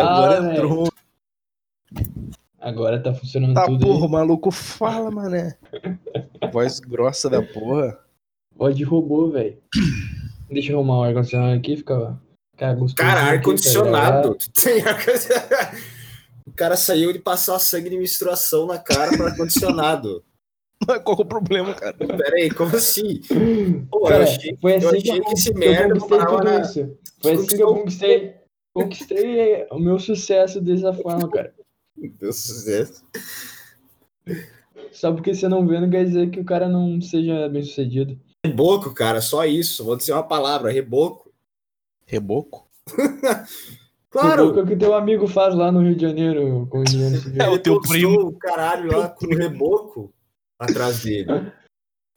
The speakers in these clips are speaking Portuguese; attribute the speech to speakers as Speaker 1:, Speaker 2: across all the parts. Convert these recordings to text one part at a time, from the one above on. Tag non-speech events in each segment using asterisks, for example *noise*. Speaker 1: Agora entrou.
Speaker 2: um Agora tá funcionando
Speaker 1: Tá
Speaker 2: tudo.
Speaker 1: porra, o maluco fala, mané. Voz grossa da porra.
Speaker 2: aí. Voz de robô, velho. *clears throat* Deixa eu arrumar um ar-condicionado aqui, fica. Cara, gostoso
Speaker 3: Cara,
Speaker 2: aqui, tá
Speaker 3: ar-condicionado. *laughs* Tem ar-condicionado. O cara saiu de passar sangue de menstruação na cara para
Speaker 2: *laughs*
Speaker 3: ar-condicionado.
Speaker 1: Mas Qual que é o problema, cara?
Speaker 3: Pera aí, como assim? Pô,
Speaker 2: tá ligado?
Speaker 3: eu
Speaker 2: Cara,
Speaker 3: achei,
Speaker 2: foi
Speaker 3: eu
Speaker 2: assim
Speaker 3: achei que esse
Speaker 2: eu
Speaker 3: merda
Speaker 2: conquistei
Speaker 3: morava
Speaker 2: tudo
Speaker 3: na-
Speaker 2: isso. Foi assim que eu conquistei. Conquistei o meu sucesso dessa forma, cara.
Speaker 3: Meu Deus é do céu.
Speaker 2: Só porque você não vê, não quer dizer que o cara não seja bem sucedido.
Speaker 3: Reboco, cara, só isso. Vou dizer uma palavra, reboco.
Speaker 1: Reboco?
Speaker 3: Claro,
Speaker 2: É o que teu amigo faz lá no Rio de Janeiro com o engenheiro
Speaker 3: *laughs*
Speaker 2: civil.
Speaker 1: É o
Speaker 3: ele
Speaker 1: teu
Speaker 3: postou
Speaker 1: primo.
Speaker 3: o caralho lá com o reboco atrás dele.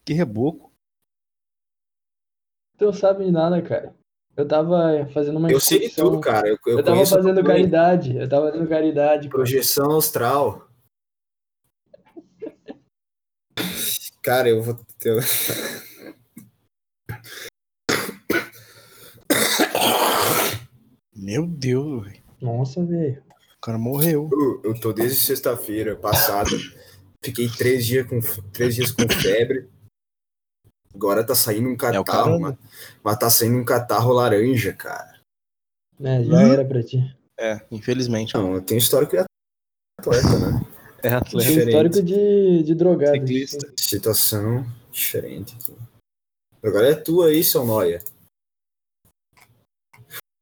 Speaker 1: Que reboco?
Speaker 2: Tu não sabe de nada, cara. Eu tava fazendo uma
Speaker 3: Eu sei de
Speaker 2: excursão.
Speaker 3: tudo, cara. Eu, eu,
Speaker 2: então, Eu, tava
Speaker 3: conheço
Speaker 2: fazendo
Speaker 3: também
Speaker 2: caridade. Eu tava fazendo caridade. cara.
Speaker 3: projeção austral. Cara, eu vou. eu-
Speaker 1: Meu Deus, velho.
Speaker 2: Nossa, velho.
Speaker 1: O cara morreu.
Speaker 3: Eu, eu tô desde sexta-feira passada. Fiquei três dias com três dias com febre. Agora tá saindo um catarro,
Speaker 1: caramba.
Speaker 3: mas, mas tá saindo um catarro laranja, cara.
Speaker 2: É, já
Speaker 1: Hum.
Speaker 2: era pra ti.
Speaker 1: É, infelizmente.
Speaker 3: Não, eu tenho histórico de atleta, né?
Speaker 1: É
Speaker 2: Tem
Speaker 1: atleta.
Speaker 3: Diferente.
Speaker 2: histórico de, assim. de drogado.
Speaker 1: Ciclista.
Speaker 3: Situação diferente aqui. Agora é tua aí, seu Noia.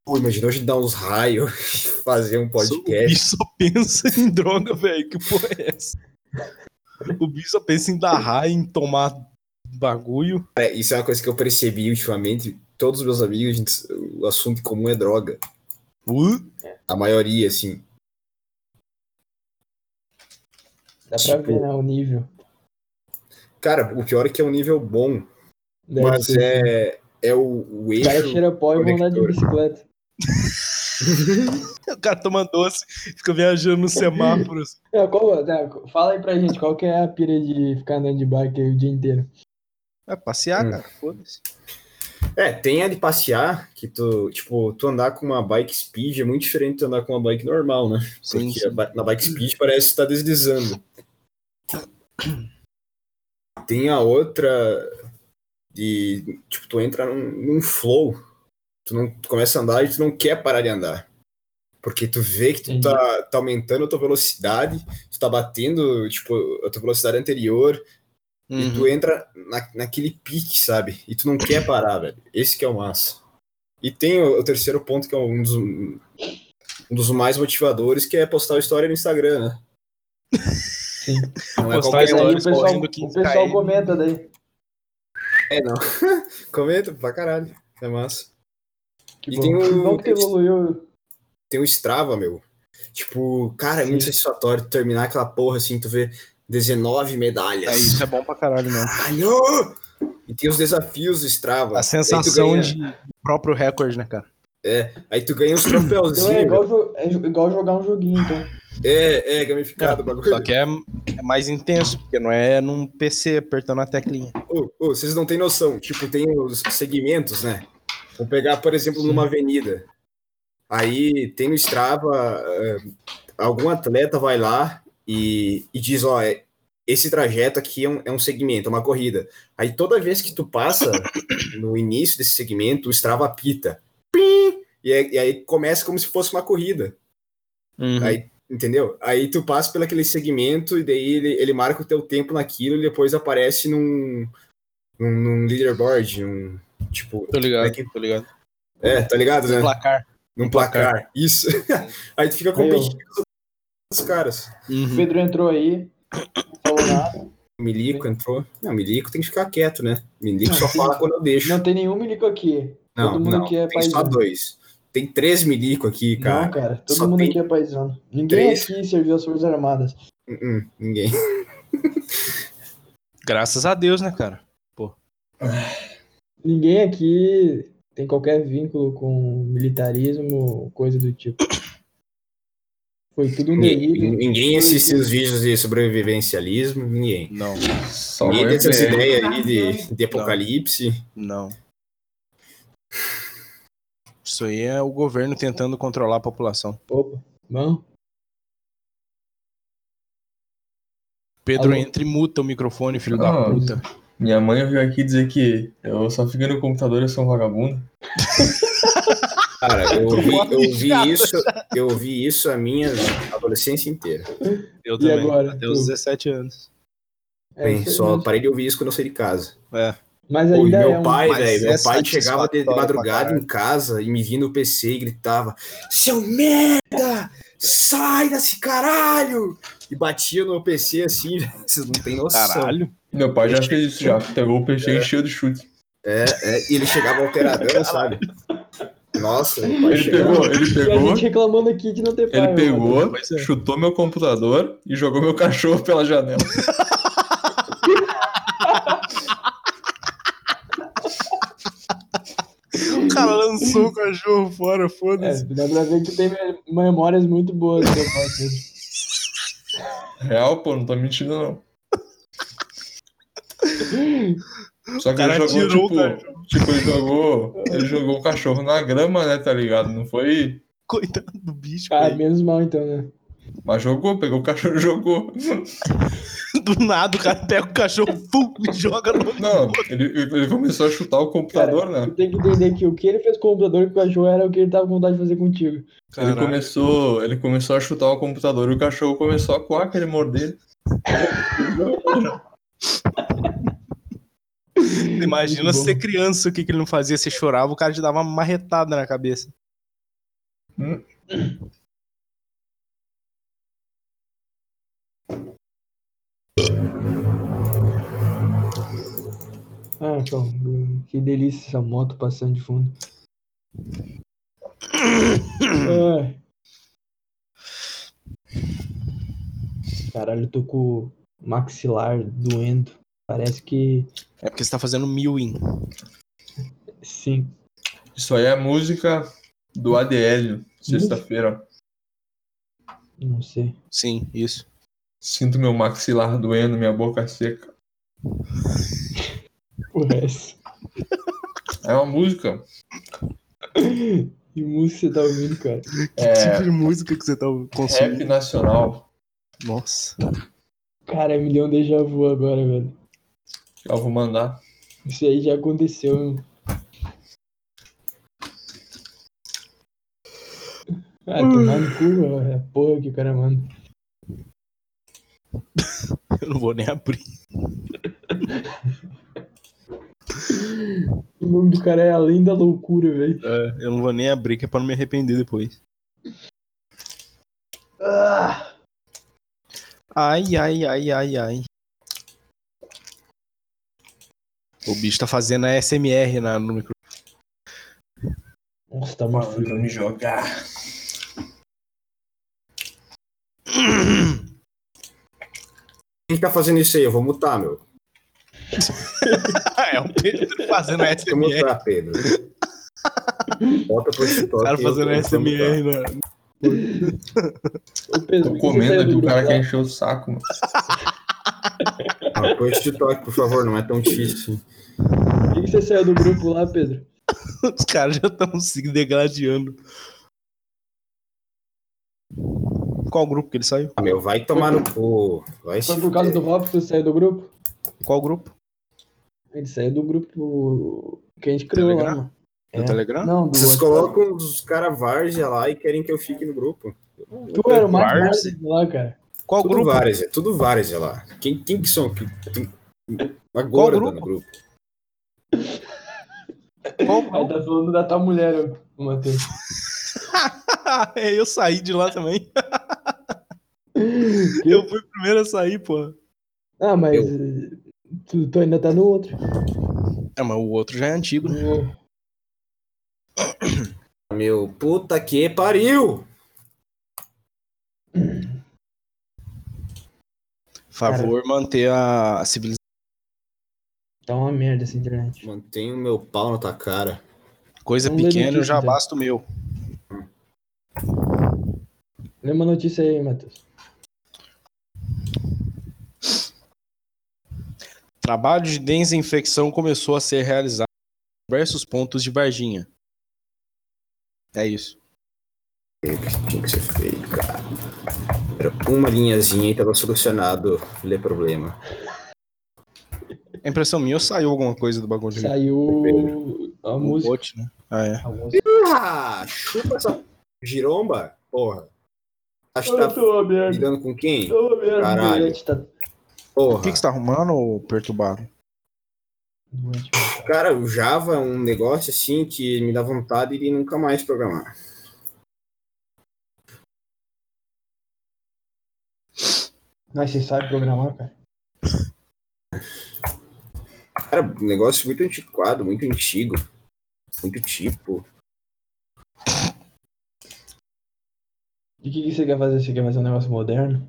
Speaker 3: Pô, imaginou a gente dar uns raios *laughs* e fazer um
Speaker 1: O
Speaker 3: podcast.
Speaker 1: bicho só pensa em droga, velho. Que porra é essa? O bicho só pensa em dar raio, em tomar bagulho.
Speaker 3: É, isso é uma coisa que eu percebi ultimamente. Todos os meus amigos, a gente- o assunto comum é droga.
Speaker 1: Uh,
Speaker 3: A maioria, assim.
Speaker 2: Dá pra
Speaker 3: Tipo-
Speaker 2: ver, né? O nível.
Speaker 3: Cara, o pior é que é um nível bom,
Speaker 2: Deve
Speaker 3: mas
Speaker 2: ser.
Speaker 3: é, é o, o
Speaker 2: O cara
Speaker 3: eixo.
Speaker 2: cheira pó e vai andar de
Speaker 3: conector.
Speaker 2: bicicleta.
Speaker 1: o cara toma doce, fica viajando no semáforo. assim.
Speaker 2: É, qual- né, fala aí pra gente, qual que é a pira de ficar andando de bike aí o dia inteiro?
Speaker 1: É, passear,
Speaker 3: Hum.
Speaker 1: cara. Foda-se.
Speaker 3: É, tem a de passear, que tu, tipo, tu andar com uma bike speed é muito diferente de tu andar com uma bike normal, né?
Speaker 1: Sim,
Speaker 3: Porque
Speaker 1: sim.
Speaker 3: a ba- na bike speed parece que tá deslizando. Tem a outra de tipo, tu entra num, num flow, tu não tu começa a andar e tu não quer parar de andar. Porque tu vê que tu
Speaker 2: Entendi.
Speaker 3: tá, tá aumentando a tua velocidade, tu tá batendo, tipo, a tua velocidade anterior,
Speaker 1: Uhum.
Speaker 3: e tu entra na, naquele pique, sabe? E tu não quer parar, velho. Esse que é o massa. E tem o, o terceiro ponto, que é um dos, um dos mais motivadores, que é postar história no Instagram, né?
Speaker 2: Sim.
Speaker 3: Não é
Speaker 1: Postar
Speaker 3: qualquer
Speaker 2: Mas aí o
Speaker 1: stories
Speaker 2: pessoal,
Speaker 1: correndo
Speaker 2: o
Speaker 1: 15
Speaker 2: pessoal
Speaker 1: km.
Speaker 2: comenta daí.
Speaker 3: É, não. *laughs* Comenta pra caralho. É massa.
Speaker 2: Que
Speaker 3: E
Speaker 2: bom.
Speaker 3: tem
Speaker 2: Que
Speaker 3: um-
Speaker 2: bom Tipo, que tu evoluiu.
Speaker 3: Tem o Strava, meu. Tipo, cara, é muito
Speaker 2: Sim.
Speaker 3: satisfatório tu terminar aquela porra assim, tu vê 19 medalhas.
Speaker 1: É, isso é bom pra caralho, não.
Speaker 3: Caralho! E tem os desafios do Strava.
Speaker 1: A
Speaker 3: Aí tu
Speaker 1: sensação
Speaker 3: ganha-
Speaker 1: de próprio recorde, né, cara?
Speaker 3: Aí tu ganha uns
Speaker 2: Então é
Speaker 3: troféuzinhos.
Speaker 2: igual, jo- é jo- igual jogar um joguinho, então.
Speaker 3: É, é, gamificado o bagulho.
Speaker 1: Só que é, é mais intenso, porque não é num PC apertando a teclinha.
Speaker 3: Ô, ô, vocês não têm noção. Tipo, tem os segmentos, né? Vou pegar, por exemplo, numa avenida. Aí tem no Strava, eh, algum atleta vai lá e, e diz, ó, é- esse trajeto aqui é um, é um segmento, é uma corrida. Aí toda vez que tu passa *coughs* no início desse segmento, o Strava apita. Pim! E, aí- e aí começa como se fosse uma corrida.
Speaker 1: Uhum.
Speaker 3: Aí- Entendeu? Aí tu passa pelo aquele segmento e daí ele, ele marca o teu tempo naquilo e depois aparece num, num, num leaderboard, num, tipo,
Speaker 1: Tô ligado,
Speaker 3: É que-
Speaker 1: tô ligado.
Speaker 3: é, tá ligado, né?
Speaker 1: Placar.
Speaker 3: Num placar. Isso. *laughs* Aí tu fica competindo com os caras.
Speaker 1: Uhum.
Speaker 2: O Pedro entrou aí, não falou nada.
Speaker 3: O Milico entrou. Não, Milico tem que ficar quieto, né? Milico só fala quando eu deixo.
Speaker 2: Ah, Não tem nenhum milico aqui.
Speaker 3: Não,
Speaker 2: todo mundo
Speaker 3: não.
Speaker 2: que é
Speaker 3: Tem só
Speaker 2: paisano.
Speaker 3: dois. Tem três Milico aqui,
Speaker 2: não,
Speaker 3: cara.
Speaker 2: Ah, cara. Todo
Speaker 3: só
Speaker 2: mundo
Speaker 3: tem
Speaker 2: aqui é paisano. Ninguém
Speaker 3: três.
Speaker 2: aqui serviu as Forças Armadas.
Speaker 3: Uh-uh, ninguém.
Speaker 1: Graças a Deus, né, cara?
Speaker 2: Ninguém aqui tem qualquer vínculo com militarismo, coisa do tipo. Foi tudo um
Speaker 3: Ninguém,
Speaker 2: delírio.
Speaker 3: ninguém assiste os vídeos de sobrevivencialismo, ninguém.
Speaker 1: Não,
Speaker 4: Só
Speaker 3: Ninguém
Speaker 4: o
Speaker 3: tem essas
Speaker 4: EPL.
Speaker 3: ideias aí de, de apocalipse.
Speaker 1: não. Isso aí é o governo tentando controlar a população.
Speaker 2: Opa, Bom,
Speaker 1: Pedro,
Speaker 2: Alô?
Speaker 1: entra e muta o microfone, filho da
Speaker 4: Ah.
Speaker 1: puta.
Speaker 4: Minha mãe veio aqui dizer que eu só fico no computador, eu sou um vagabundo.
Speaker 3: Cara, eu vi,
Speaker 1: Tomou
Speaker 3: eu vi
Speaker 1: mijada.
Speaker 3: isso, eu vi isso a minha adolescência inteira.
Speaker 1: Eu
Speaker 2: E
Speaker 1: também.
Speaker 2: agora,
Speaker 1: Até
Speaker 2: tu?
Speaker 1: os 17 anos.
Speaker 2: é
Speaker 3: Bem,
Speaker 2: isso aí
Speaker 3: só
Speaker 2: mesmo.
Speaker 3: parei de ouvir isso quando eu saí de casa.
Speaker 1: É.
Speaker 2: Mas
Speaker 3: Pô, e
Speaker 2: ainda
Speaker 3: meu
Speaker 2: é um...
Speaker 3: pai,
Speaker 1: mas
Speaker 3: velho,
Speaker 1: é
Speaker 3: meu pai chegava de, de
Speaker 1: satisfatório pra
Speaker 3: madrugada
Speaker 1: caralho.
Speaker 3: em casa e me vinha no PC e gritava: Seu merda! Sai desse caralho! E batia no meu PC assim, *laughs* vocês não têm noção.
Speaker 1: Caralho.
Speaker 4: Meu pai já fez isso já. Pegou o peixe e encheu de chute.
Speaker 3: É, é, e ele chegava alteradão, sabe? Nossa, meu pai
Speaker 4: Ele
Speaker 3: chegava.
Speaker 4: pegou, ele
Speaker 2: E a
Speaker 4: pegou,
Speaker 2: gente reclamando aqui de não ter pai.
Speaker 4: ele
Speaker 2: mano.
Speaker 4: pegou,
Speaker 1: Pois é.
Speaker 4: chutou meu computador e jogou meu *laughs* cachorro pela janela.
Speaker 1: O cara lançou o cachorro fora,
Speaker 2: É,
Speaker 1: foda-se.
Speaker 2: dá pra ver que tem me- memórias muito boas do meu pai. assim, mesmo.
Speaker 4: Real, pô, não tô mentindo não. Só que
Speaker 1: O cara
Speaker 4: ele jogou,
Speaker 1: tirou o
Speaker 4: tipo, tipo, ele jogou, ele jogou o cachorro na grama, né, tá ligado? Não foi...
Speaker 1: Coitado do bicho,
Speaker 2: Ah,
Speaker 1: velho.
Speaker 2: menos mal então, né?
Speaker 4: Mas jogou, pegou o cachorro e jogou. *laughs*
Speaker 1: Do nada, o cara pega o cachorro pum, e joga no.
Speaker 4: Não, ele, ele começou a chutar o computador, né?
Speaker 2: Tu tem que entender que o que ele fez com o computador que o cachorro era o que ele tava com vontade de fazer contigo.
Speaker 4: Ele
Speaker 1: Caralho.
Speaker 4: *laughs* começou, ele começou a chutar o computador e o cachorro começou a coar aquele morder.
Speaker 1: Imagina
Speaker 2: Muito
Speaker 1: você
Speaker 2: bom.
Speaker 1: criança, o que, que ele não fazia? Você chorava, o cara te dava uma marretada na cabeça.
Speaker 4: Hum.
Speaker 2: Ah, então, que delícia essa moto passando de fundo. Ah. Caralho, eu tô com o maxilar doendo. Parece que
Speaker 1: É porque você tá fazendo mewing.
Speaker 2: sim.
Speaker 4: Isso aí é a música do ADL, sexta-feira.
Speaker 2: Não sei.
Speaker 1: Sim, isso.
Speaker 4: Sinto meu maxilar doendo, minha boca seca.
Speaker 2: Porra, é essa?
Speaker 4: É uma música.
Speaker 2: Que música você tá ouvindo, cara?
Speaker 4: É
Speaker 1: Tipo de música que você tá
Speaker 4: rap nacional.
Speaker 1: Nossa. *laughs*
Speaker 2: Cara, me deu um déjà vu agora, velho.
Speaker 4: Eu vou mandar.
Speaker 2: Isso aí já aconteceu. meu. Ah, tomar no cu, ó, é a porra que o cara manda.
Speaker 1: Eu não vou nem abrir.
Speaker 2: O nome do cara é Além da Loucura, velho.
Speaker 1: É, eu não vou nem abrir, que é pra não me arrepender depois. Ai, ai, ai, ai, ai. O bicho tá fazendo a SMR na, no micro. *laughs*
Speaker 2: Nossa, tá muito frio.
Speaker 4: me jogar.
Speaker 3: Quem tá fazendo isso aí? Eu vou mutar, meu.
Speaker 1: é o Pedro fazendo a *laughs*
Speaker 3: Vou
Speaker 1: SMR.
Speaker 3: mutar, Pedro. Bota pro TikTok.
Speaker 1: É. O cara fazendo
Speaker 3: eu- eu
Speaker 1: a
Speaker 3: vou mutar.
Speaker 1: SMR na,
Speaker 2: Ô, Pedro,
Speaker 4: Tô
Speaker 2: por que você saiu
Speaker 4: comendo
Speaker 2: do
Speaker 4: aqui, o
Speaker 2: grupo
Speaker 4: cara é
Speaker 2: lá?
Speaker 4: quer encher o saco, mano.
Speaker 3: Ah, Põe esse TikTok, por favor, não é tão difícil.
Speaker 2: Por que você saiu do grupo lá, Pedro?
Speaker 1: Os caras já estão se degladiando. Qual grupo que ele saiu?
Speaker 3: Ah, meu, vai tomar no cu. Vai se
Speaker 2: Foi por causa do
Speaker 3: fuder.
Speaker 2: Rob que você saiu do grupo?
Speaker 1: Qual grupo?
Speaker 2: Ele saiu do grupo que a gente criou lá,
Speaker 1: Telegram?
Speaker 2: mano.
Speaker 1: Do Telegram?
Speaker 2: Não, do
Speaker 3: Vocês
Speaker 2: outro.
Speaker 3: colocam os caras várzea lá e querem que eu fique no grupo.
Speaker 2: Tu era o mais
Speaker 1: Várzea?
Speaker 2: várzea lá, cara.
Speaker 1: Qual
Speaker 3: tudo
Speaker 1: grupo?
Speaker 3: várzea, tudo várzea lá. Quem, quem que são? Que, tem- agora
Speaker 1: Qual
Speaker 3: tá no grupo.
Speaker 1: Qual
Speaker 2: Aí
Speaker 1: grupo? *laughs*
Speaker 2: tá falando da tua mulher, ô, Matheus.
Speaker 1: É, eu saí de lá também. Eu fui o primeiro a sair, pô.
Speaker 2: Ah, mas eh, tu, tu ainda tá no outro.
Speaker 1: É, mas o outro já é antigo, né?
Speaker 4: Hum.
Speaker 3: Meu, puta que pariu!
Speaker 1: Favor manter a civilização.
Speaker 2: Tá uma merda essa internet.
Speaker 3: Mantenho meu pau na tua cara.
Speaker 1: Coisa
Speaker 2: Vamos ler
Speaker 1: pequena, eu
Speaker 2: notícia,
Speaker 1: já
Speaker 2: então.
Speaker 1: basta o meu.
Speaker 2: Lê uma notícia aí, Matheus.
Speaker 1: Trabalho de desinfecção começou a ser realizado em diversos pontos de Varginha. É isso.
Speaker 3: Tinha que ser feio, cara. uma linhazinha e tava solucionado o problema.
Speaker 1: É impressão minha ou saiu alguma coisa do bagulho?
Speaker 2: Saiu a
Speaker 1: Um
Speaker 2: música.
Speaker 1: bote, né? Ah, é.
Speaker 2: Alguns...
Speaker 3: Ah, chupa essa giromba, porra. Acho que
Speaker 2: Eu
Speaker 3: tá
Speaker 2: tô aberto.
Speaker 3: lidando com quem?
Speaker 2: Eu tô aberto.
Speaker 3: Caralho.
Speaker 2: doente, Tá
Speaker 1: O
Speaker 3: Porra.
Speaker 1: que, que você tá arrumando ou perturbado?
Speaker 2: doente.
Speaker 3: Cara, o Java é um negócio assim que me dá vontade de nunca mais programar.
Speaker 2: Mas você sabe programar, cara?
Speaker 3: Cara, um negócio muito antiquado, muito antigo. Muito tipo.
Speaker 2: E o que, que você quer fazer? Você quer fazer um negócio moderno?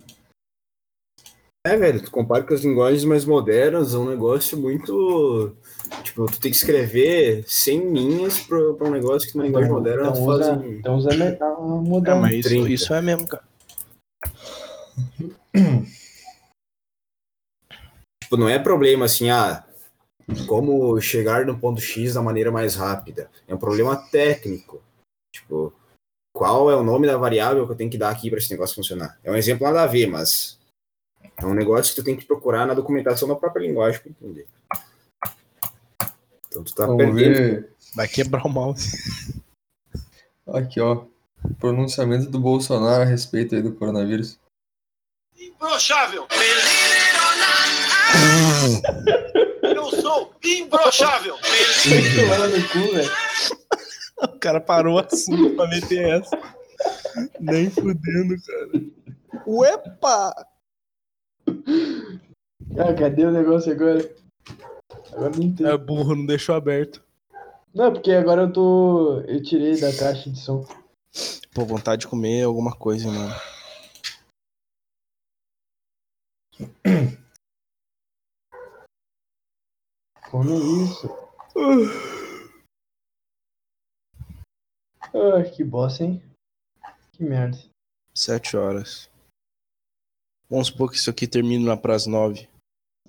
Speaker 3: É, velho, tu compara com as linguagens mais modernas, é um negócio muito. Tipo, tu tem que escrever 100 linhas pra, pra um negócio que na linguagem moderna um-
Speaker 2: então,
Speaker 3: tu
Speaker 2: usa,
Speaker 3: faz em.
Speaker 2: então usa metal
Speaker 1: É,
Speaker 2: moderno.
Speaker 1: mas isso,
Speaker 3: 30.
Speaker 1: isso é mesmo, cara.
Speaker 3: Tipo, não é problema assim, ah, como chegar no ponto X da maneira mais rápida. É um problema técnico. Tipo, qual é o nome da variável que eu tenho que dar aqui para esse negócio funcionar? É um exemplo nada a ver, mas é um negócio que tu tem que procurar na documentação da própria linguagem para entender. Então tu tá
Speaker 4: Vamos
Speaker 3: perdendo.
Speaker 4: ver.
Speaker 1: Vai quebrar o mouse. *laughs*
Speaker 4: Aqui, ó. Pronunciamento do Bolsonaro a respeito aí do coronavírus.
Speaker 5: imbrochável. Eu sou imbrochável.
Speaker 2: Tomara no cu, velho.
Speaker 1: O cara parou o assunto pra meter essa. Nem fudendo, cara. Uepa!
Speaker 2: Ah, cadê o negócio agora? Agora não tem.
Speaker 1: É burro, não deixou aberto.
Speaker 2: Não, porque agora eu tô. Eu tirei da caixa de som.
Speaker 1: Pô, vontade de comer alguma coisa, mano.
Speaker 2: Como é isso? Ah, que bosta, hein? Que merda.
Speaker 1: Sete horas. Vamos supor que isso aqui termina lá pras nove.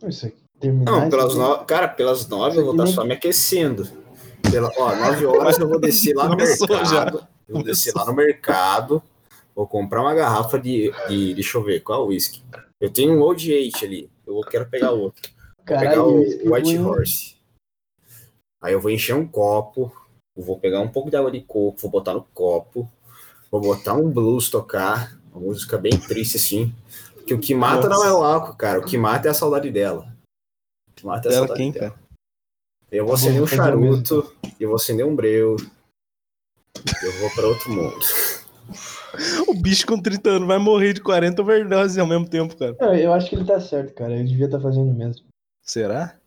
Speaker 2: Isso aqui terminar.
Speaker 3: Não,
Speaker 2: isso
Speaker 3: pelas
Speaker 2: aqui-
Speaker 3: nove. Cara, pelas nove eu vou estar só me aquecendo. Pela, ó, nove horas eu vou descer lá no
Speaker 1: *laughs* Começou
Speaker 3: mercado.
Speaker 1: já.
Speaker 3: Eu vou descer lá no mercado. Vou comprar uma garrafa de. de deixa eu ver, qual whisky? Eu tenho um Old Eight ali. Eu quero pegar outro. Vou pegar
Speaker 2: Caralho, um-
Speaker 3: o
Speaker 2: isso que
Speaker 3: White
Speaker 2: ruim.
Speaker 3: Horse. Aí eu vou encher um copo. eu Vou pegar um pouco de água de coco, vou botar no copo. Vou botar um blues tocar. Uma música bem triste, assim. Que o que mata não é o álcool, cara. O que mata é a saudade dela. O que mata é a
Speaker 1: Era
Speaker 3: saudade
Speaker 1: quem,
Speaker 3: dela.
Speaker 1: cara?
Speaker 3: Eu vou acender um
Speaker 2: Vamos fazer o
Speaker 3: charuto, eu vou acender um breu, eu vou pra outro mundo.
Speaker 1: O bicho com 30 anos vai morrer de 40 overdose ao mesmo tempo, cara.
Speaker 2: Não, eu acho que ele tá certo, cara. Ele devia tá fazendo mesmo.
Speaker 1: Será?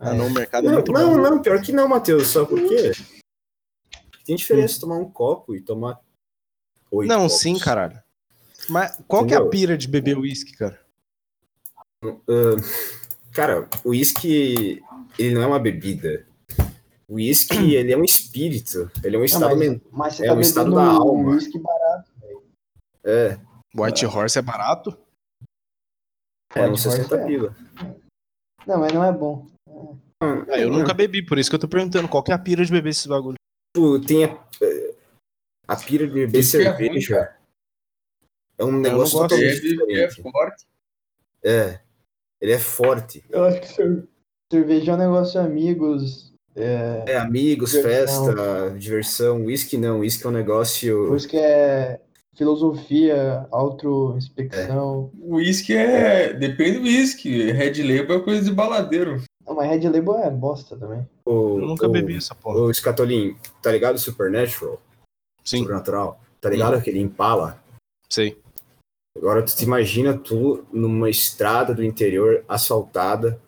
Speaker 1: Ah,
Speaker 2: É.
Speaker 1: não, o mercado é
Speaker 3: Não,
Speaker 1: muito
Speaker 3: não,
Speaker 1: bom.
Speaker 3: não, pior que não, Matheus, só porque tem diferença tomar um copo e tomar oito
Speaker 1: Não,
Speaker 3: copos.
Speaker 1: sim, caralho. Mas qual que é a
Speaker 3: Entendeu?
Speaker 1: pira de beber uísque, cara?
Speaker 3: Cara, o uísque, ele não é uma bebida. O
Speaker 1: *clears throat*
Speaker 3: uísque, ele é um espírito, ele é um
Speaker 2: Ah,
Speaker 3: estado mental.
Speaker 2: mas, mas você
Speaker 3: é
Speaker 2: tá
Speaker 3: um estado
Speaker 2: bebendo
Speaker 3: da
Speaker 2: um
Speaker 3: alma.
Speaker 2: whisky barato.
Speaker 3: É,
Speaker 1: White Horse é barato?
Speaker 3: é um
Speaker 2: White Horse
Speaker 3: 60
Speaker 2: é.
Speaker 3: pila.
Speaker 2: Não, mas não é bom.
Speaker 1: Ah, eu nunca bebi, por isso que eu tô perguntando qual que é a pira de beber esses bagulho.
Speaker 3: Tipo, tem a, a pira de beber
Speaker 4: Isso que é ruim,
Speaker 3: cerveja. É um negócio
Speaker 1: gosto.
Speaker 3: totalmente
Speaker 4: Ele é
Speaker 3: diferente.
Speaker 4: forte.
Speaker 3: É. Ele é forte.
Speaker 2: Eu acho que cer- cerveja é um negócio de amigos. É,
Speaker 3: É amigos,
Speaker 2: Diversão.
Speaker 3: festa, diversão. Whisky não. Whisky é um
Speaker 2: por
Speaker 3: negócio.
Speaker 2: isso que é filosofia, autoinspecção.
Speaker 4: O uísque é. Depende do uísque. Red Label é coisa de baladeiro.
Speaker 2: Não, mas Red Label é bosta também.
Speaker 3: O,
Speaker 1: Eu nunca
Speaker 3: o,
Speaker 1: bebi essa porra.
Speaker 3: O Escatolim, tá ligado? Supernatural?
Speaker 1: Sim,
Speaker 3: Sobrenatural. Tá ligado aquele Impala?
Speaker 1: sei.
Speaker 3: Agora tu te imagina tu numa estrada do interior assaltada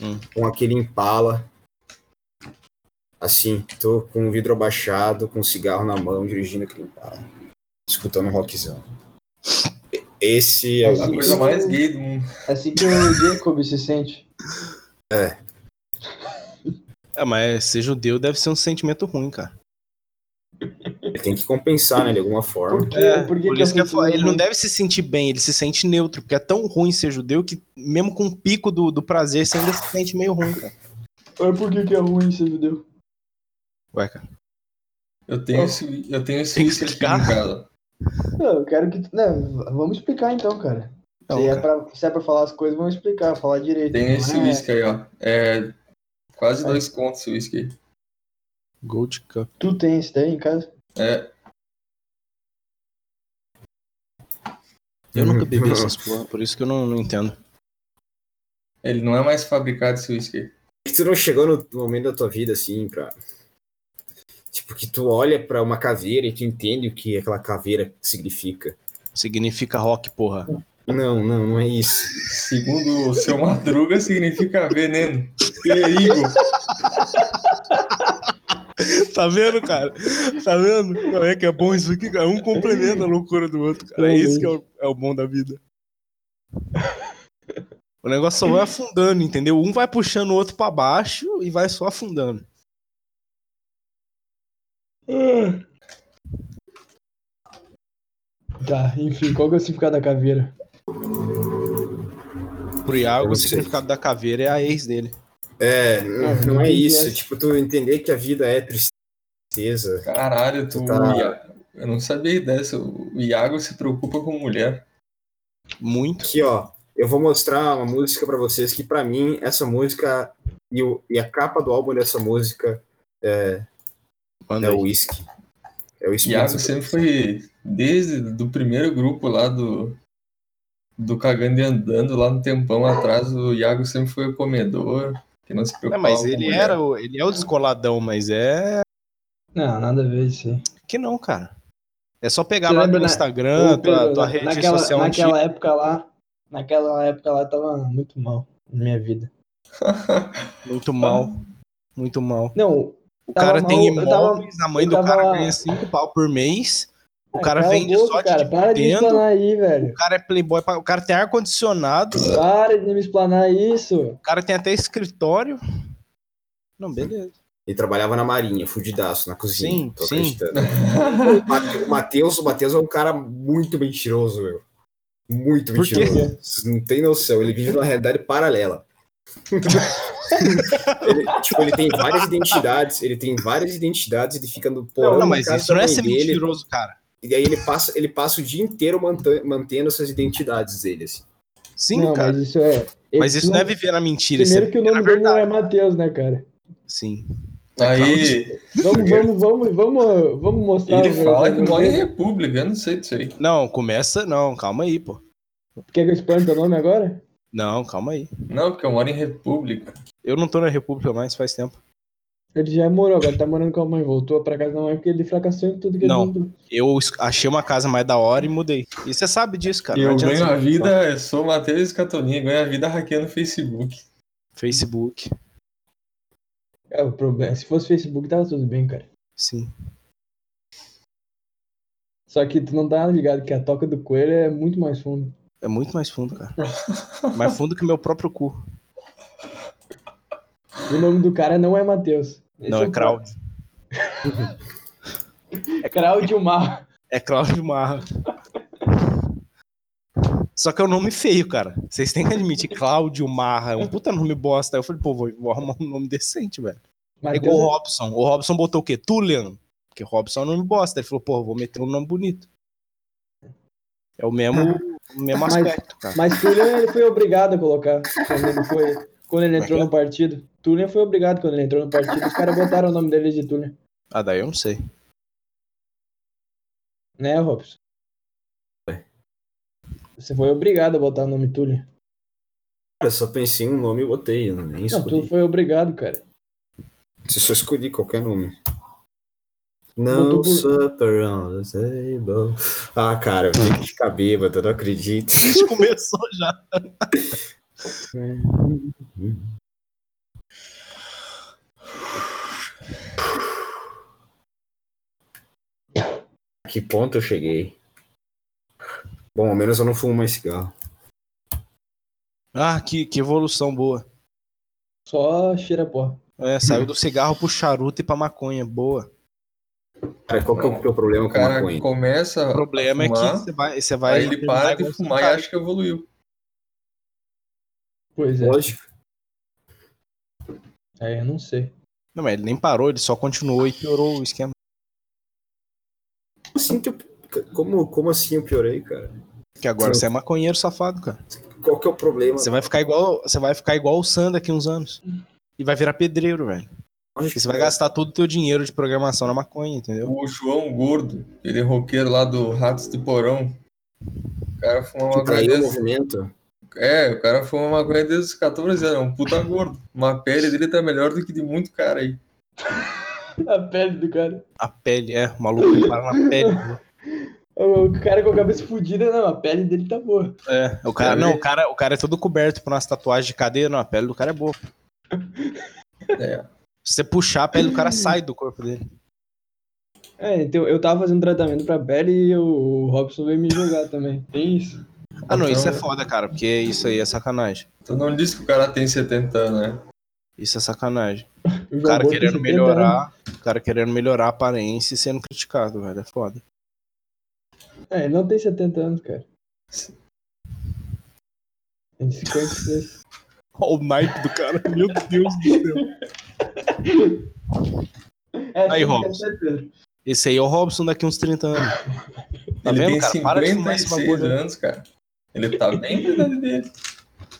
Speaker 1: Hum.
Speaker 3: com aquele Impala. Assim, tô com o vidro abaixado, com um cigarro na mão, dirigindo aquele Impala. Escutando um rockzão. Esse é
Speaker 4: É
Speaker 2: Sim.
Speaker 4: a
Speaker 3: o
Speaker 4: coisa mais gay do mundo.
Speaker 2: É assim que o Jacob se sente.
Speaker 1: É, mas ser judeu deve ser um sentimento ruim, cara.
Speaker 3: Tem que compensar, né, de alguma forma.
Speaker 2: Por que, é, por que
Speaker 1: por
Speaker 2: que
Speaker 1: isso que
Speaker 2: eu
Speaker 1: eu falo, ele não
Speaker 2: deve.
Speaker 1: deve se sentir bem, ele se sente neutro, porque é tão ruim ser judeu que mesmo com o pico do, do prazer, você ainda se sente meio ruim, cara.
Speaker 2: Por que, que é ruim ser judeu?
Speaker 1: Ué, cara.
Speaker 4: Eu tenho esse, eu tenho esse
Speaker 1: Tem que
Speaker 4: uísque aqui em
Speaker 1: explicar.
Speaker 4: casa.
Speaker 2: Não, eu quero que. tu- Não, vamos explicar então, cara.
Speaker 1: Não,
Speaker 2: se, É
Speaker 1: cara.
Speaker 2: pra, se é pra falar as coisas, vamos explicar, falar direito.
Speaker 4: Tem
Speaker 2: Não
Speaker 4: esse
Speaker 2: é-
Speaker 4: uísque aí, ó. É quase
Speaker 2: É.
Speaker 4: dois contos esse uísque aí.
Speaker 1: Gold Cup.
Speaker 2: Tu tem esse daí em casa?
Speaker 4: É,
Speaker 1: Eu
Speaker 2: *laughs*
Speaker 1: nunca bebi essas porra, por isso que eu não, não entendo.
Speaker 4: ele não é mais fabricado esse uísque aí.
Speaker 3: que tu não chegou no momento da tua vida assim pra. Tipo, que tu olha pra uma caveira e tu entende o que aquela caveira significa.
Speaker 1: Significa rock, porra.
Speaker 3: Não, não, não é isso.
Speaker 4: Segundo
Speaker 2: *laughs*
Speaker 4: o seu Madruga, significa veneno. Perigo.
Speaker 1: Tá vendo, cara? Tá vendo? Como é que é bom isso aqui, cara? Um complementa a loucura do outro, cara. É isso que é o, é o bom da vida. O negócio só vai afundando, entendeu? Um vai puxando o outro pra baixo e vai só afundando.
Speaker 2: Tá, enfim, qual que é o significado da caveira?
Speaker 1: Pro Iago,
Speaker 3: Eu
Speaker 1: o
Speaker 3: não sei.
Speaker 1: significado da caveira é a ex dele.
Speaker 3: É, não,
Speaker 2: Ah, Não,
Speaker 3: não é
Speaker 2: entendi
Speaker 3: isso.
Speaker 2: essa.
Speaker 3: Tipo, tu entender que a vida é tristeza.
Speaker 4: Caralho, tu.
Speaker 3: Tu tá-
Speaker 4: Ia- Eu não sabia dessa. O Iago se preocupa com mulher.
Speaker 1: Muito.
Speaker 3: Aqui, ó, eu vou mostrar uma música pra vocês que, pra mim, essa música e, o- e a capa do álbum dessa música é,
Speaker 1: Manda
Speaker 3: é o
Speaker 1: aí.
Speaker 3: whisky. É o whisky.
Speaker 4: Iago sempre foi. Desde do primeiro grupo lá do. Do Cagando e Andando, lá no tempão atrás, o Iago sempre foi o comedor, que não se
Speaker 1: É,
Speaker 4: preocupava.
Speaker 1: mas
Speaker 4: com
Speaker 1: ele
Speaker 2: né?
Speaker 4: mulher.
Speaker 1: era o, ele é o descoladão, mas é
Speaker 2: Não, nada a ver isso aí.
Speaker 1: que não, cara. É só pegar
Speaker 2: Você
Speaker 1: lá
Speaker 2: lembra
Speaker 1: no
Speaker 2: na-
Speaker 1: Instagram,
Speaker 2: Ô,
Speaker 1: tua,
Speaker 2: Pedro,
Speaker 1: tua
Speaker 2: na-
Speaker 1: rede
Speaker 2: naquela,
Speaker 1: social antiga.
Speaker 2: naquela época lá, naquela época lá tava muito mal na minha vida.
Speaker 1: Muito mal. Muito mal.
Speaker 2: Não,
Speaker 1: O
Speaker 2: Tava
Speaker 1: cara
Speaker 2: mal,
Speaker 1: tem
Speaker 2: eu tava-
Speaker 1: imóveis, a mãe
Speaker 2: eu
Speaker 1: do
Speaker 2: tava
Speaker 1: cara
Speaker 2: lá.
Speaker 1: ganha 5 pau por mês. O
Speaker 2: ah,
Speaker 1: cara
Speaker 2: cala a
Speaker 1: vende
Speaker 2: boca,
Speaker 1: só de
Speaker 2: cara, para de me
Speaker 1: Nintendo.
Speaker 2: explanar aí, velho.
Speaker 1: O cara é playboy, pra- o cara tem ar-condicionado,
Speaker 2: Para de me explanar isso.
Speaker 1: o cara tem até escritório. Não, beleza.
Speaker 3: E trabalhava na marinha, fudidaço, na cozinha.
Speaker 1: Sim,
Speaker 3: tô
Speaker 1: sim.
Speaker 3: acreditando. Mate- O Matheus, o Matheus é um cara muito mentiroso, meu. Muito
Speaker 1: Por quê?
Speaker 3: mentiroso. Vocês não tem noção. Ele vive numa realidade paralela.
Speaker 1: *laughs*
Speaker 3: ele, tipo, ele tem várias identidades. Ele tem várias identidades. Ele fica no porão
Speaker 1: Não,
Speaker 3: da
Speaker 1: mas
Speaker 3: casa
Speaker 1: isso não
Speaker 3: da
Speaker 1: é
Speaker 3: mãe
Speaker 1: ser
Speaker 3: dele,
Speaker 1: mentiroso, cara.
Speaker 3: E aí ele passa, ele passa o dia inteiro manta- mantendo essas identidades dele, assim.
Speaker 1: Sim,
Speaker 2: não,
Speaker 1: cara.
Speaker 2: mas isso é.
Speaker 1: Mas isso não é viver na mentira, isso é
Speaker 2: Primeiro que o
Speaker 1: viver na
Speaker 2: nome dele não
Speaker 1: verdade.
Speaker 2: é Matheus, né, cara?
Speaker 1: *laughs* Sim.
Speaker 2: Tá,
Speaker 4: Aí,
Speaker 2: Vamos, vamos, vamos, vamos, vamos mostrar.
Speaker 4: ele
Speaker 2: o-
Speaker 4: fala que
Speaker 2: o-
Speaker 4: mora em República, eu não sei disso aí.
Speaker 1: Não, começa. Não, calma aí, pô.
Speaker 2: Quer que eu explane teu nome agora?
Speaker 1: Não, calma aí.
Speaker 4: Não, porque eu moro em República.
Speaker 1: Eu não tô na República mais faz tempo.
Speaker 2: Ele já morou, agora tá morando com a mãe, voltou pra casa da mãe porque ele fracassou em tudo que
Speaker 1: Não.
Speaker 2: ele tentou.
Speaker 1: Eu es- achei uma casa mais da hora e mudei. E você sabe disso, cara. Tá, não
Speaker 4: eu
Speaker 1: adianta
Speaker 4: ganho
Speaker 1: você
Speaker 4: a
Speaker 1: reclamar.
Speaker 4: vida, eu sou o Matheus Catolinha, ganho a vida hackeando o Facebook.
Speaker 1: Facebook.
Speaker 2: É o problema. Se fosse Facebook, tava tudo bem, cara.
Speaker 1: Sim.
Speaker 2: Só que tu não tá ligado que a toca do coelho é muito mais fundo.
Speaker 1: É muito mais fundo, cara. mais fundo que o meu próprio cu.
Speaker 2: E o nome do cara não é Matheus. Esse
Speaker 1: não, é
Speaker 2: o
Speaker 1: Cláudio.
Speaker 2: pro- É Claudio Mar.
Speaker 1: É Cláudio Marra. Só que é um nome feio, cara. Vocês têm que admitir. Cláudio Marra. É um puta nome bosta. Aí eu falei, pô, vou, vou arrumar um nome decente, velho. É igual
Speaker 2: Matheus
Speaker 1: o Robson. O Robson botou o quê? Tulian. Porque Robson é um nome bosta. Ele falou, pô, vou meter um nome bonito. É o mesmo, o mesmo
Speaker 2: Mas-
Speaker 1: aspecto, cara.
Speaker 2: Mas Tulian ele foi obrigado a colocar quando ele, foi, quando ele
Speaker 1: é
Speaker 2: entrou no partido. Tulian foi obrigado quando ele entrou no partido. Os caras botaram o nome dele de Tulian.
Speaker 1: Ah, daí eu não sei. *laughs*
Speaker 2: Né, Robson? Você foi obrigado a botar o nome Tulian.
Speaker 3: Cara, eu só pensei em um nome e botei, eu nem
Speaker 2: Não, tu
Speaker 3: escolhi.
Speaker 2: foi obrigado, cara.
Speaker 3: Se só escolhi qualquer nome.
Speaker 2: Botou
Speaker 3: Não
Speaker 2: por-
Speaker 3: supper on the table. Ah, cara, eu tenho que ficar bêbado, eu não acredito.
Speaker 1: A gente começou já.
Speaker 3: A que ponto eu cheguei? Bom, ao menos eu não fumo mais cigarro.
Speaker 1: Ah, que, que evolução boa.
Speaker 2: Só cheira pó.
Speaker 1: É, saiu do cigarro pro charuto e pra maconha. Boa.
Speaker 3: Cara, qual que é o teu problema
Speaker 4: O
Speaker 3: com a
Speaker 4: cara
Speaker 3: maconha?
Speaker 4: começa.
Speaker 1: O problema
Speaker 4: a
Speaker 1: é que
Speaker 4: fumar,
Speaker 1: você vai. Você vai
Speaker 4: Aí ele para de
Speaker 1: vai-
Speaker 4: fumar e acha que evoluiu.
Speaker 2: Pois é.
Speaker 3: Lógico.
Speaker 2: Aí eu não sei.
Speaker 1: Não, mas ele nem parou, ele só continuou e piorou o esquema.
Speaker 3: Assim, teu- Como, como assim eu piorei, cara?
Speaker 1: Porque agora você é maconheiro safado, cara.
Speaker 3: Qual que é o problema?
Speaker 1: Você vai ficar igual, você vai ficar igual o Sam daqui uns anos. E vai virar pedreiro, velho. Porque você vai
Speaker 3: é.
Speaker 1: gastar todo o teu dinheiro de programação na maconha, entendeu?
Speaker 4: O João Gordo, ele é roqueiro lá do Ratos de Porão. O cara fuma
Speaker 3: Tu
Speaker 4: uma
Speaker 3: caiu o
Speaker 4: desde...
Speaker 3: movimento?
Speaker 4: É, o cara fuma maconha desde os 14 anos, é um puta gordo. Uma pele dele tá melhor do que de muito cara aí.
Speaker 2: A pele do cara.
Speaker 1: A pele, é, o maluco para na pele.
Speaker 4: É.
Speaker 2: O cara com a cabeça fodida, não, a pele dele tá boa.
Speaker 1: É, o cara, não, o cara, o cara é todo coberto por umas tatuagens de cadeia, não, a pele do cara é boa.
Speaker 4: É.
Speaker 1: Se você puxar, a pele do cara sai do corpo dele.
Speaker 2: É, então eu tava fazendo tratamento pra pele e o Robson veio me jogar também. Tem isso?
Speaker 1: Ah, não,
Speaker 4: Então,
Speaker 1: isso é foda, cara, porque isso aí é sacanagem.
Speaker 4: Tu então não disse que o cara tem 70 anos, né?
Speaker 1: Isso é sacanagem.
Speaker 2: O
Speaker 1: O cara
Speaker 2: Gordo tem 70
Speaker 1: querendo
Speaker 2: anos.
Speaker 1: melhorar, o cara querendo melhorar a aparência e sendo criticado, velho, é foda.
Speaker 2: É, ele não tem 70 anos, cara. Tem 56.
Speaker 1: Olha o naipe do cara, meu Deus do céu.
Speaker 2: É,
Speaker 1: Aí,
Speaker 2: tem
Speaker 1: Robson.
Speaker 2: 70.
Speaker 1: Esse aí é o Robson daqui uns 30 anos. Tá
Speaker 4: ele
Speaker 1: vendo, cara?
Speaker 4: tem
Speaker 1: Para de fumar esse
Speaker 4: 56
Speaker 1: bagulho.
Speaker 4: anos, cara. Ele tá bem na idade dele.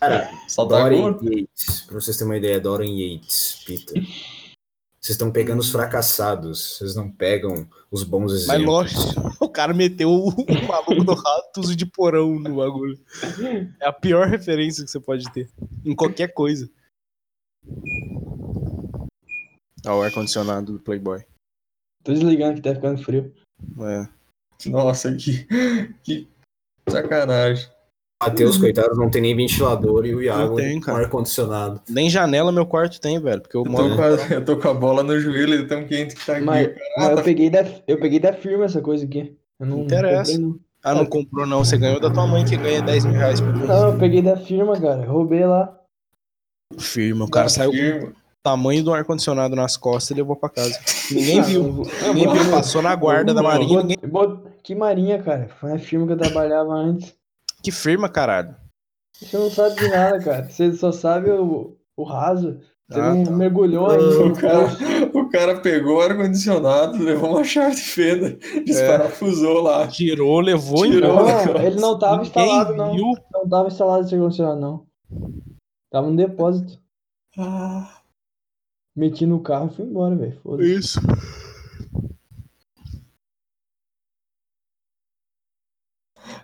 Speaker 3: Cara,
Speaker 4: Só tá
Speaker 3: Dorian
Speaker 4: gordo.
Speaker 3: Yates. Pra vocês terem uma ideia, Dorian Yates, Peter. Vocês estão pegando os fracassados, vocês não pegam os bons
Speaker 1: Mas
Speaker 3: exemplos.
Speaker 1: lógico, o cara meteu o o maluco do ratos de porão no bagulho. É a pior referência que você pode ter. Em qualquer coisa. Olha o ar-condicionado do Playboy.
Speaker 2: Tô desligando que tá ficando frio.
Speaker 1: É.
Speaker 4: Nossa, que, que sacanagem.
Speaker 3: Matheus, coitado, não tem nem ventilador e o Iago
Speaker 1: Uhum. tem,
Speaker 3: com
Speaker 1: cara.
Speaker 3: ar-condicionado.
Speaker 1: Nem janela meu quarto tem, velho. Porque eu
Speaker 4: Eu
Speaker 1: moro.
Speaker 4: tô, com a, eu tô com a bola no joelho de tão quente que tá aqui.
Speaker 1: ah,
Speaker 2: Mas,
Speaker 4: cara.
Speaker 2: mas eu, peguei da, eu peguei da firma essa coisa aqui. Eu não
Speaker 1: Interessa.
Speaker 2: comprei, não.
Speaker 1: Ah, não comprou não. Você ganhou da tua mãe que ganha 10 mil reais por mês.
Speaker 2: Não, eu peguei da firma, cara. Eu Roubei lá.
Speaker 1: Firma, o cara saiu com o
Speaker 4: Firma.
Speaker 1: tamanho do ar-condicionado nas costas e levou pra casa. Ninguém viu. Ninguém
Speaker 2: Ah, vou-
Speaker 1: viu. Passou na guarda da
Speaker 4: Não,
Speaker 1: marinha.
Speaker 2: Bot-
Speaker 1: ninguém-
Speaker 2: bot- Que marinha, cara? Foi na firma que eu trabalhava antes.
Speaker 1: Que firma, caralho.
Speaker 2: Você não sabe de nada, cara. Você só sabe o, o raso. Você
Speaker 1: Ah,
Speaker 2: não
Speaker 1: tá.
Speaker 2: mergulhou ainda.
Speaker 4: O
Speaker 2: no poço.
Speaker 4: cara, o cara pegou o ar-condicionado, levou uma chave de fenda,
Speaker 1: É.
Speaker 4: desparafusou lá.
Speaker 1: Tirou, levou e
Speaker 4: Tirou.
Speaker 1: embora.
Speaker 2: Não, ele não tava
Speaker 1: Ninguém
Speaker 2: instalado, não.
Speaker 1: viu.
Speaker 2: Não tava instalado esse ar-condicionado, não. Tava no depósito.
Speaker 4: Ah,
Speaker 2: Meti no carro e fui embora, velho. Foda-se.
Speaker 1: Isso.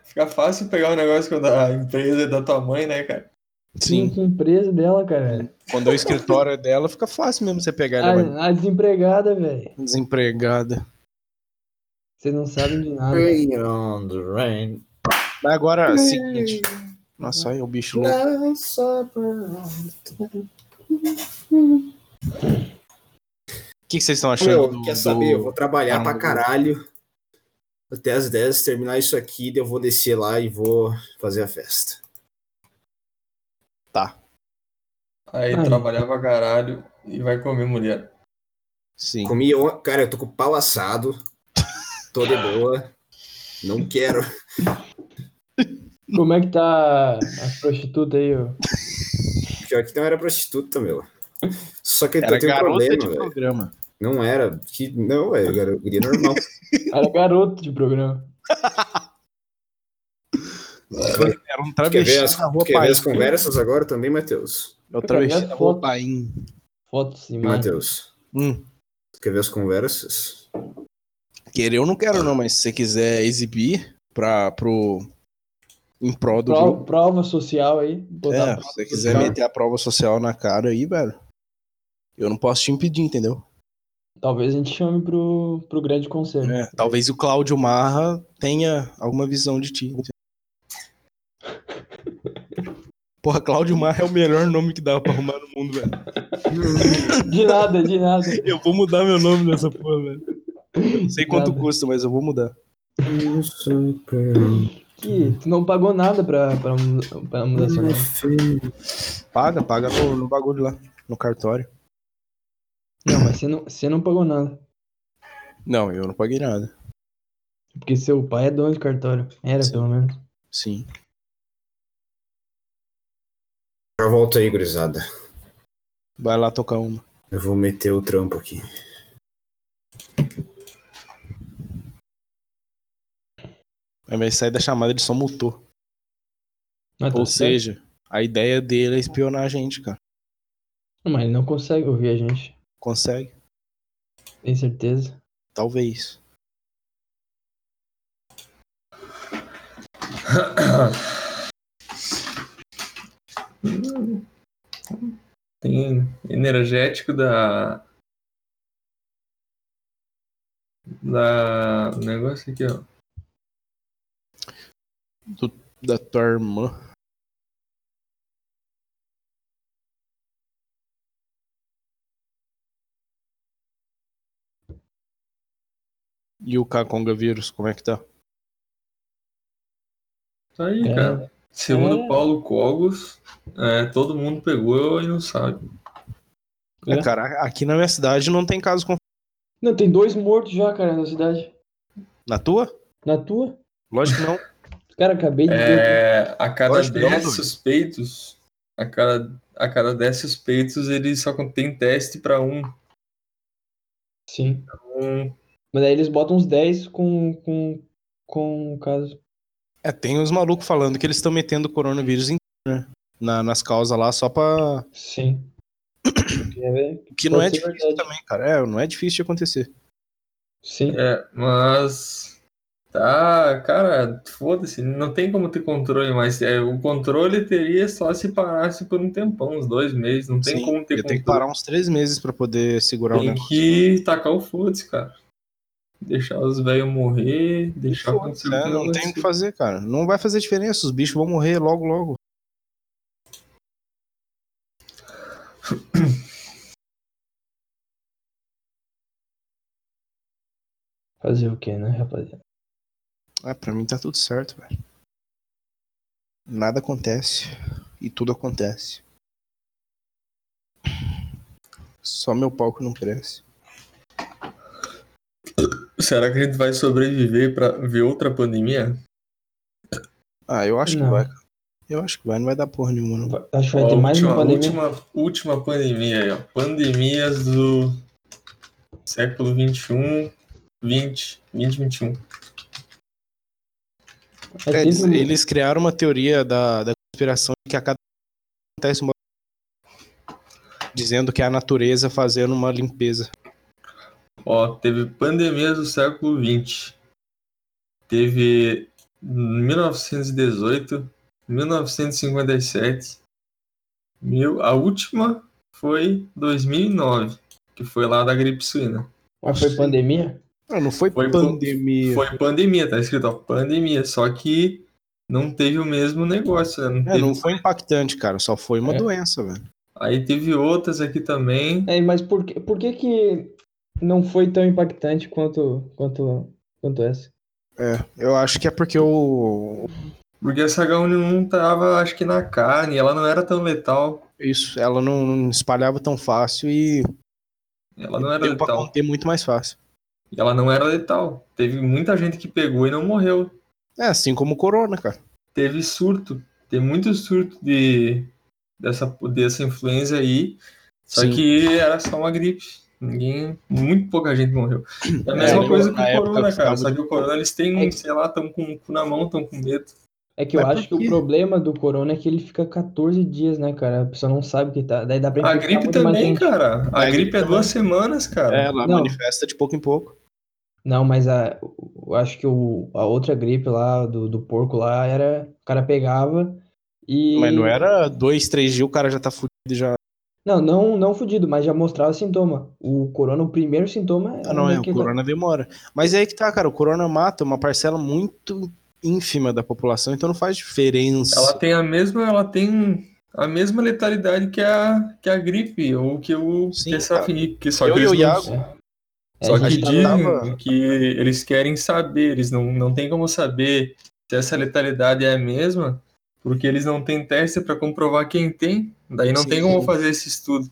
Speaker 4: fica fácil pegar um negócio quando a empresa é da tua mãe, né, cara?
Speaker 2: Que-
Speaker 1: Sim.
Speaker 2: Que empresa dela, cara.
Speaker 1: Quando é o escritório dela, fica fácil mesmo você pegar ela vai
Speaker 2: A, a desempregada, velho.
Speaker 1: desempregada.
Speaker 2: Vocês não sabem de nada.
Speaker 3: Rain on the rain.
Speaker 1: Mas agora, é o seguinte. Nossa, olha o bicho louco. O que que vocês estão achando?
Speaker 3: Meu, quer saber? Eu vou trabalhar
Speaker 1: Ah,
Speaker 3: pra
Speaker 1: do-
Speaker 3: caralho. Até as 10, terminar isso aqui, daí eu vou descer lá e vou fazer a festa.
Speaker 4: Aí
Speaker 2: Ai.
Speaker 4: trabalhar pra caralho e vai comer mulher.
Speaker 1: Sim.
Speaker 3: Comi, on- cara, eu tô com o pau assado. Tô de boa. Não quero.
Speaker 2: Como é que tá as prostitutas aí, ó?
Speaker 3: Pior que não era prostituta, meu. Só que
Speaker 1: Era
Speaker 3: eu tenho um
Speaker 1: garota
Speaker 3: problema,
Speaker 1: tipo. de
Speaker 3: velho.
Speaker 1: programa.
Speaker 3: Não era. Que, não, é gar- guria normal.
Speaker 2: Era garoto é de programa.
Speaker 1: Era um
Speaker 3: quer
Speaker 1: travesti
Speaker 3: ver as,
Speaker 1: da rua
Speaker 3: quer ver as
Speaker 1: Paim.
Speaker 3: conversas agora também, Matheus?
Speaker 1: É o travesti da
Speaker 2: Foto.
Speaker 1: rua Paim.
Speaker 2: Foto sim, mano.
Speaker 3: Matheus,
Speaker 1: Hum.
Speaker 3: quer ver as conversas?
Speaker 1: Querer eu não quero não, mas se você quiser exibir pra, pro... Em prol do jogo.
Speaker 2: Pro- prova social aí. tá,
Speaker 1: É,
Speaker 2: Botar
Speaker 1: se você quiser meter a prova social na cara aí, velho, eu não posso te impedir, entendeu?
Speaker 2: Talvez a gente chame pro, pro grande conselho.
Speaker 1: É, talvez o Cláudio Marra tenha alguma visão de ti. *laughs* Porra, Cláudio Marra é o melhor nome que dá pra arrumar no mundo, velho. É.
Speaker 2: De nada, de nada.
Speaker 1: Eu vou mudar meu nome nessa porra, velho. Eu Não sei quanto
Speaker 2: Nada.
Speaker 1: custa, mas eu vou mudar.
Speaker 2: Que tu não pagou nada pra, pra, mu- pra né? mudar seu nome.
Speaker 1: Paga, paga no, no bagulho lá, no cartório.
Speaker 2: Não, mas você não, você não pagou nada.
Speaker 1: Não, eu não paguei nada.
Speaker 2: Porque seu pai é dono de cartório. Era,
Speaker 1: Sim.
Speaker 2: pelo menos.
Speaker 1: Sim.
Speaker 3: Já volto aí, gurizada.
Speaker 1: Vai lá tocar uma.
Speaker 3: Eu vou meter o trampo aqui.
Speaker 1: Ao invés de sair da chamada, ele só mutou.
Speaker 2: Ah, tá
Speaker 1: Ou
Speaker 2: certo.
Speaker 1: seja, a ideia dele é espionar a gente, cara.
Speaker 2: Mas ele não consegue ouvir a gente.
Speaker 1: Consegue?
Speaker 2: Tem certeza?
Speaker 1: Talvez.
Speaker 4: *coughs* Tem energético da. Da. Negócio aqui, ó.
Speaker 1: Da tua irmã. E o Caconga vírus, como é que tá?
Speaker 4: Tá aí,
Speaker 2: É.
Speaker 4: cara. Segundo
Speaker 2: É.
Speaker 4: Paulo Cogos, é, todo mundo pegou e não sabe.
Speaker 2: É.
Speaker 1: É, cara, aqui na minha cidade não tem caso com.
Speaker 2: Não, tem dois mortos já, cara, na cidade.
Speaker 1: Na tua?
Speaker 2: Na tua?
Speaker 1: Lógico que não.
Speaker 2: Cara, acabei de ver.
Speaker 4: É, a cada
Speaker 1: Lógico que não,
Speaker 4: 10
Speaker 1: Dudu.
Speaker 4: suspeitos, a cada, a cada 10 suspeitos, ele só contém teste pra um.
Speaker 2: Sim.
Speaker 4: Um-
Speaker 2: Mas aí eles botam uns 10 com, com, com o caso.
Speaker 1: É, tem uns malucos falando que eles estão metendo coronavírus em, né? Na- nas causas lá só pra.
Speaker 2: Sim. Quer ver?
Speaker 1: O que não
Speaker 2: Pode
Speaker 1: é
Speaker 2: ser
Speaker 1: difícil
Speaker 2: verdade.
Speaker 1: também, cara. É, não é difícil de acontecer.
Speaker 2: Sim.
Speaker 4: é, mas. Tá, cara, foda-se, não tem como ter controle, mas é, o controle teria só se parasse por um tempão, uns dois meses, não tem
Speaker 1: Sim,
Speaker 4: como ter
Speaker 1: eu tenho que
Speaker 4: controle.
Speaker 1: parar uns três meses pra um né? poder segurar o
Speaker 4: Tem
Speaker 1: negócio.
Speaker 4: que tacar o foda-se, cara. Deixar os velhos morrer, deixar
Speaker 1: Foda-se,
Speaker 4: acontecer o
Speaker 1: né?
Speaker 4: que
Speaker 1: Não tem o
Speaker 4: acontecer.
Speaker 1: que fazer, cara. Não vai fazer diferença. Os bichos vão morrer logo, logo.
Speaker 2: Fazer o que, né, rapaziada?
Speaker 1: Ah, pra mim tá tudo certo, velho. Nada acontece. E tudo acontece. Só meu pau que não cresce.
Speaker 4: Será que a gente vai sobreviver pra ver outra pandemia?
Speaker 1: Ah, eu acho que
Speaker 2: Não.
Speaker 1: vai, cara. Eu acho que vai. Não vai dar porra nenhuma, não.
Speaker 2: Va- Acho que vai
Speaker 4: Ó,
Speaker 2: ter mais uma pandemia.
Speaker 4: Última, última pandemia aí, ó. Pandemias do século um, XXI, 20, 2021.
Speaker 2: É
Speaker 1: É, eles,
Speaker 2: sempre-
Speaker 1: eles criaram uma teoria da, da conspiração que a cada acontece uma dizendo que é a natureza fazendo uma limpeza.
Speaker 4: Ó, teve pandemias do século XX. Teve 1918, 1957. Mil... A última foi 2009, que foi lá da gripe suína.
Speaker 2: Mas foi pandemia?
Speaker 1: Não, não foi,
Speaker 4: Foi
Speaker 1: pandemia.
Speaker 4: Foi pandemia, tá escrito, ó, pandemia, só que não teve o mesmo negócio, né? Não
Speaker 1: É,
Speaker 4: teve-
Speaker 1: não foi impactante, cara. Só foi uma
Speaker 2: É.
Speaker 1: doença, velho.
Speaker 4: Aí teve outras aqui também.
Speaker 2: É, mas por que, por que que não foi tão impactante quanto, quanto, quanto essa?
Speaker 1: Eu acho que é porque o
Speaker 4: Porque essa H1N1 tava, acho que na carne, ela não era tão letal.
Speaker 1: isso, ela não, não espalhava tão fácil e
Speaker 4: Ela não era
Speaker 1: deu pra
Speaker 4: letal.
Speaker 1: conter muito mais fácil.
Speaker 4: E ela não era letal. Teve muita gente que pegou e não morreu.
Speaker 1: É assim como o corona, cara.
Speaker 4: Teve surto. Teve muito surto de dessa, dessa influenza aí. Só
Speaker 1: Sim.
Speaker 4: que era só uma gripe. Ninguém. Muito pouca gente morreu. É a
Speaker 1: É,
Speaker 4: mesma
Speaker 1: eu
Speaker 4: coisa
Speaker 1: lembro
Speaker 4: que
Speaker 1: na
Speaker 4: o
Speaker 1: época
Speaker 4: corona,
Speaker 1: que
Speaker 4: cara.
Speaker 1: tava-
Speaker 4: Só que o corona eles têm,
Speaker 2: É.
Speaker 4: sei lá, estão com o cu na mão, estão com medo.
Speaker 2: É que eu
Speaker 1: Mas por
Speaker 2: acho que o
Speaker 1: quê?
Speaker 2: problema do corona é que ele fica 14 dias, né, cara? A pessoa não sabe o que tá. Daí dá pra
Speaker 4: A
Speaker 2: infectar
Speaker 4: gripe
Speaker 2: muito mais
Speaker 4: também,
Speaker 2: gente.
Speaker 4: cara. A
Speaker 1: É, a
Speaker 4: gripe
Speaker 1: gripe
Speaker 4: é
Speaker 1: também.
Speaker 4: duas semanas, cara.
Speaker 1: É, Ela
Speaker 2: Não.
Speaker 1: manifesta de pouco em pouco.
Speaker 2: Não, mas a, eu acho que o, a outra gripe lá do, do porco lá era. O cara pegava e.
Speaker 1: Mas não era dois, três dias o cara já tá fudido e já.
Speaker 2: Não, não, não fudido, mas já mostrava sintoma. O corona, o primeiro sintoma
Speaker 1: Ah, não,
Speaker 2: era
Speaker 1: é, o
Speaker 2: que-
Speaker 1: corona demora. Mas é aí que tá, cara, o corona mata uma parcela muito ínfima da população, então não faz diferença.
Speaker 4: Ela tem a mesma, ela tem a mesma letalidade que a, que a gripe, ou que o
Speaker 1: Sim,
Speaker 4: que essa
Speaker 1: cara.
Speaker 4: fini- que só
Speaker 1: Eu
Speaker 4: que
Speaker 1: e
Speaker 4: eles
Speaker 1: o
Speaker 4: não-
Speaker 1: Iago.
Speaker 2: É,
Speaker 4: Só
Speaker 2: a
Speaker 4: que
Speaker 2: gente
Speaker 4: dizem
Speaker 1: tava-
Speaker 4: que eles querem saber, eles não, não tem como saber se essa letalidade é a mesma, porque eles não têm teste para comprovar quem tem. Daí não
Speaker 1: Sim,
Speaker 4: tem como
Speaker 1: sim.
Speaker 4: fazer esse estudo.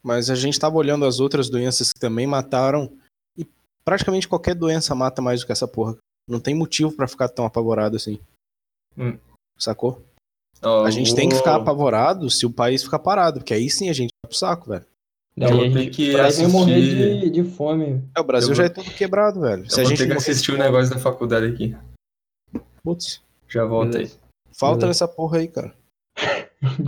Speaker 1: Mas a gente tava olhando as outras doenças que também mataram, e praticamente qualquer doença mata mais do que essa porra. Não tem motivo pra ficar tão apavorado assim.
Speaker 4: Hum.
Speaker 1: Sacou?
Speaker 4: Ó,
Speaker 1: A gente tem que
Speaker 4: vou-
Speaker 1: ficar apavorado se o país ficar parado, porque aí sim a gente vai pro saco, velho.
Speaker 4: Eu
Speaker 2: Daí
Speaker 4: vou
Speaker 2: a
Speaker 4: ter
Speaker 2: gente
Speaker 4: que
Speaker 2: vai ter que morrer
Speaker 4: assistir.
Speaker 2: de, de fome.
Speaker 1: É, o Brasil
Speaker 4: Eu
Speaker 1: já
Speaker 4: vou-
Speaker 1: é todo quebrado, velho. Se a
Speaker 4: eu vou
Speaker 1: gente
Speaker 4: ter que
Speaker 1: morrer-
Speaker 4: assistir o negócio da faculdade aqui.
Speaker 1: Putz,
Speaker 4: Já volto aí.
Speaker 2: Beleza.
Speaker 1: falta
Speaker 2: Beleza.
Speaker 1: nessa porra aí, cara.